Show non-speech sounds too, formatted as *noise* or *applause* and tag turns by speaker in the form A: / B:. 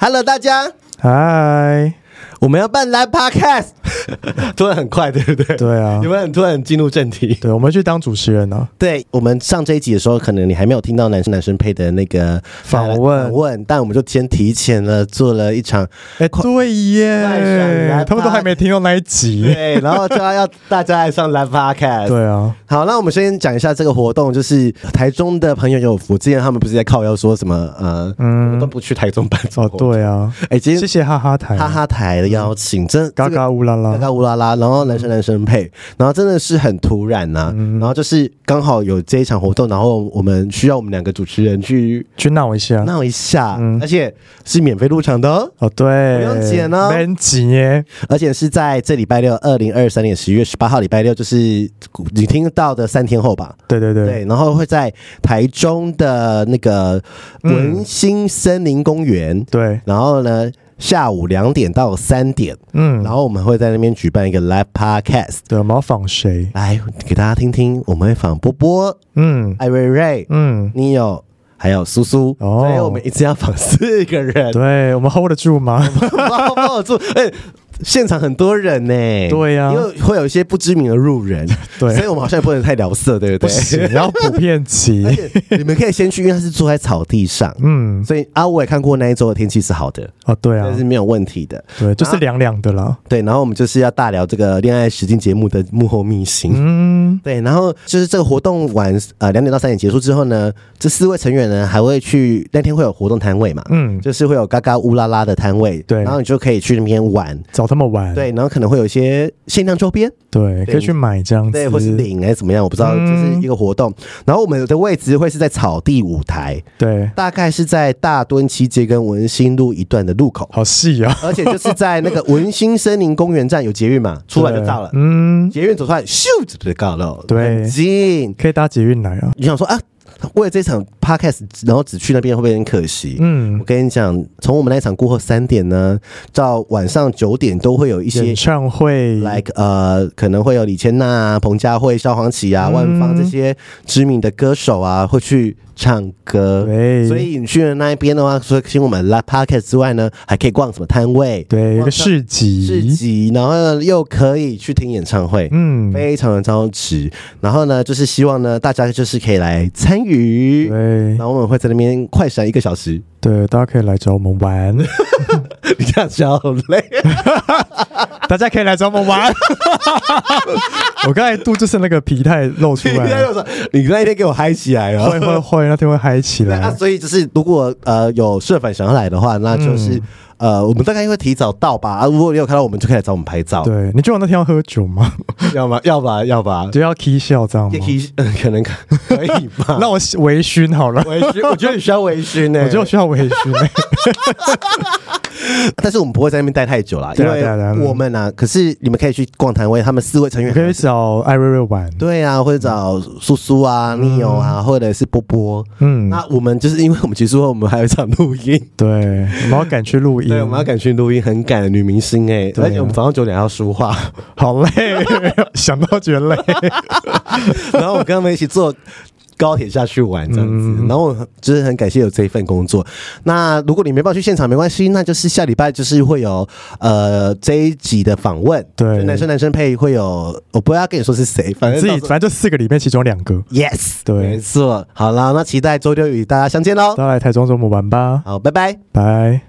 A: Hello，大家，
B: 嗨，
A: 我们要办 Live Podcast，突然很快，对不对？
B: 对啊
A: 你，们很突然进入正题。
B: 对，我们去当主持人啊，
A: 对我们上这一集的时候，可能你还没有听到男生男生配的那个呃
B: 访问
A: 访问，但我们就先提前了做了一场，
B: 哎，对
A: 快闪啊来
B: 耶，他
A: 吧
B: 们都还没听到那一集，
A: *laughs* 对，然后就要要大家来上 Live Podcast。
B: 对啊，
A: 好，那我们先讲一下这个活动，就是台中的朋友有福，之前他们不是在靠腰说什么呃，
B: 嗯
A: 都，不去台中办这
B: 哦
A: 种，活动，
B: 对啊，
A: 哎，今
B: 谢
A: 天
B: 谢哈哈台，
A: 哈哈台的邀请，真的
B: 嘎
A: 这个
B: 嘎乌拉
A: 嘎
B: 拉，
A: 嘎乌拉拉，然后男生男生配，然后真的是很突然呐、
B: 嗯
A: 然后就是刚好有这一场活动，然后我们需要我们两个主持人去
B: 去闹一下，
A: 闹一下，
B: 嗯
A: 而且是免费入场的哦，
B: 哦，对，
A: 不用剪哦
B: 免剪耶，
A: 而且是在这礼拜六，二零二三年十月十八号礼拜六，就是你听到的三天后吧，
B: 对对对，
A: 对，然后会在台中的那个
B: 嗯
A: 文心森林公园，
B: 对，
A: 然后呢下午两点到三点，
B: 嗯
A: 然，后我们会在那边举办一个 live podcast。
B: 对，我们要访谁？
A: 来给大家听听，我们会访波波、
B: 嗯
A: 艾瑞瑞、
B: 嗯，
A: Neo，还有苏苏，
B: 哦
A: 所以我们一次要访四个人，
B: 对，我们 hold 得住吗？
A: 帮我帮我做，哎、现场很多人呢、
B: 对呀
A: 因为会有一些不知名的路人，所以
B: *laughs* 对，
A: 我们好像也不能太聊色，对不
B: *laughs*
A: 对？
B: 不行，要普遍
A: *laughs*
B: 级
A: 而，且你们可以先去，因为他是坐在草地上，
B: 嗯，
A: 所以啊，我也看过那一周的天气是好的，
B: 哦，对啊
A: 但，是没有啊问题的。
B: 对，就是凉凉的啦，
A: 对，然后我们就是要大聊这个恋爱实境节目的幕后秘辛。
B: 嗯，
A: 对，然后就是这个活动完，呃，两点到三点结束之后呢，这四位成员呢还会去那天会有活动摊位嘛，
B: 嗯，
A: 就是会有嘎嘎乌拉拉的摊位，
B: 对
A: 然后你就可以去那边玩，
B: 找他们玩，
A: 对，然后可能会有一些限量周边，
B: 对，可以去买这样子，
A: 对，或是领还是怎么样，我不知道，
B: 嗯
A: 就是一个活动。然后我们的位置会是在草地舞台，
B: 对，。
A: 大概是在大墩七街跟文心路一段的路口
B: *laughs* 好细啊，
A: 而且就是在那个文心森林公园站有捷运嘛，出来就到了
B: 对。嗯，
A: 捷运走出来，咻就到了，
B: 对
A: 很近。
B: 可以搭捷运来啊，
A: 你想说啊，为了这场 podcast，然后只去那边会不会有点可惜？我
B: 嗯，
A: 跟你讲，从我们那一场过后三点呢，到晚上九点都会有一些
B: 演唱会，
A: ，like 呃，可能会有李千娜、啊、彭佳慧、萧煌奇啊、
B: 嗯
A: 万芳这些知名的歌手啊，会去唱歌。
B: 对，
A: 所以你去了那一边的话，除了听我们 live podcast 之外呢，还可以逛什么摊位、
B: 对，有
A: 逛
B: 个
A: 上
B: 市
A: 市
B: 集，
A: 集，然后又可以去听演唱会。
B: 嗯，
A: 非常的超值，然后呢，就是希望呢，大家就是可以来参与，
B: 对
A: 然后我们会在那边快闪一个小时。 *laughs*
B: 对，大家可以来找我们玩，
A: 你这样讲好累，
B: 大家可以来找我们
A: *laughs*
B: 玩。我刚才肚就是那个皮带露出
A: 你
B: 来
A: 那 *laughs*
B: 了，
A: 又说你那一天给我嗨起来
B: 会
A: 了。
B: 会会，那天会嗨起
A: 那啊 *laughs*
B: 来。
A: 所以就是，如果呃有社粉想要来的话，那
B: 嗯
A: 就是、呃，我们大概会提早到吧。啊，如果你有看到我们，就可以来找我们拍照，
B: 对，你觉得我那天要喝酒吗？
A: *laughs* 要吗？要吧，要吧，
B: 就要 k 笑这样吗
A: 也？可以，嗯 *laughs* 可能可以吧。
B: *laughs* 那我微醺好了，
A: 微醺， *laughs* 我觉得你需要微醺呢、
B: 我就需要微醺欸。
A: 但是我们不会在那边待太久啦，因
B: 对啊
A: 为
B: 对啊对啊
A: 我们啊，可是你们可以去逛摊位，他们四位成员
B: 你可以找艾瑞瑞玩，
A: 对啊，或者找苏苏啊、n e o 啊，或者是波波。
B: 嗯，
A: 那我们就是因为我们结束后，我们还有一场录
B: *laughs*
A: 音，
B: 对，我们要赶去录音，
A: 对，我们要赶去录音，很赶，女明星哎、
B: 对啊
A: 而且我们早上九点还要梳化，
B: 好累， *laughs* 想到觉得累。
A: *laughs* 然后我跟他们一起坐。高铁下去玩这样子，
B: 嗯
A: 然后我就是很感谢有这一份工作。那如果你没办法去现场没关系，那就是下礼拜就是会有呃这一集的访问，
B: 对
A: 就男生男生配会有，我不要跟你说是谁， *laughs* 反正
B: 自
A: 到
B: 己
A: 时候哦
B: 反正就四个里面其中两个，
A: yes，
B: 对
A: 没错。好啦，那期待周六与大家相见喽。
B: 大家来台中找我们玩吧，
A: 好，拜拜。
B: 拜。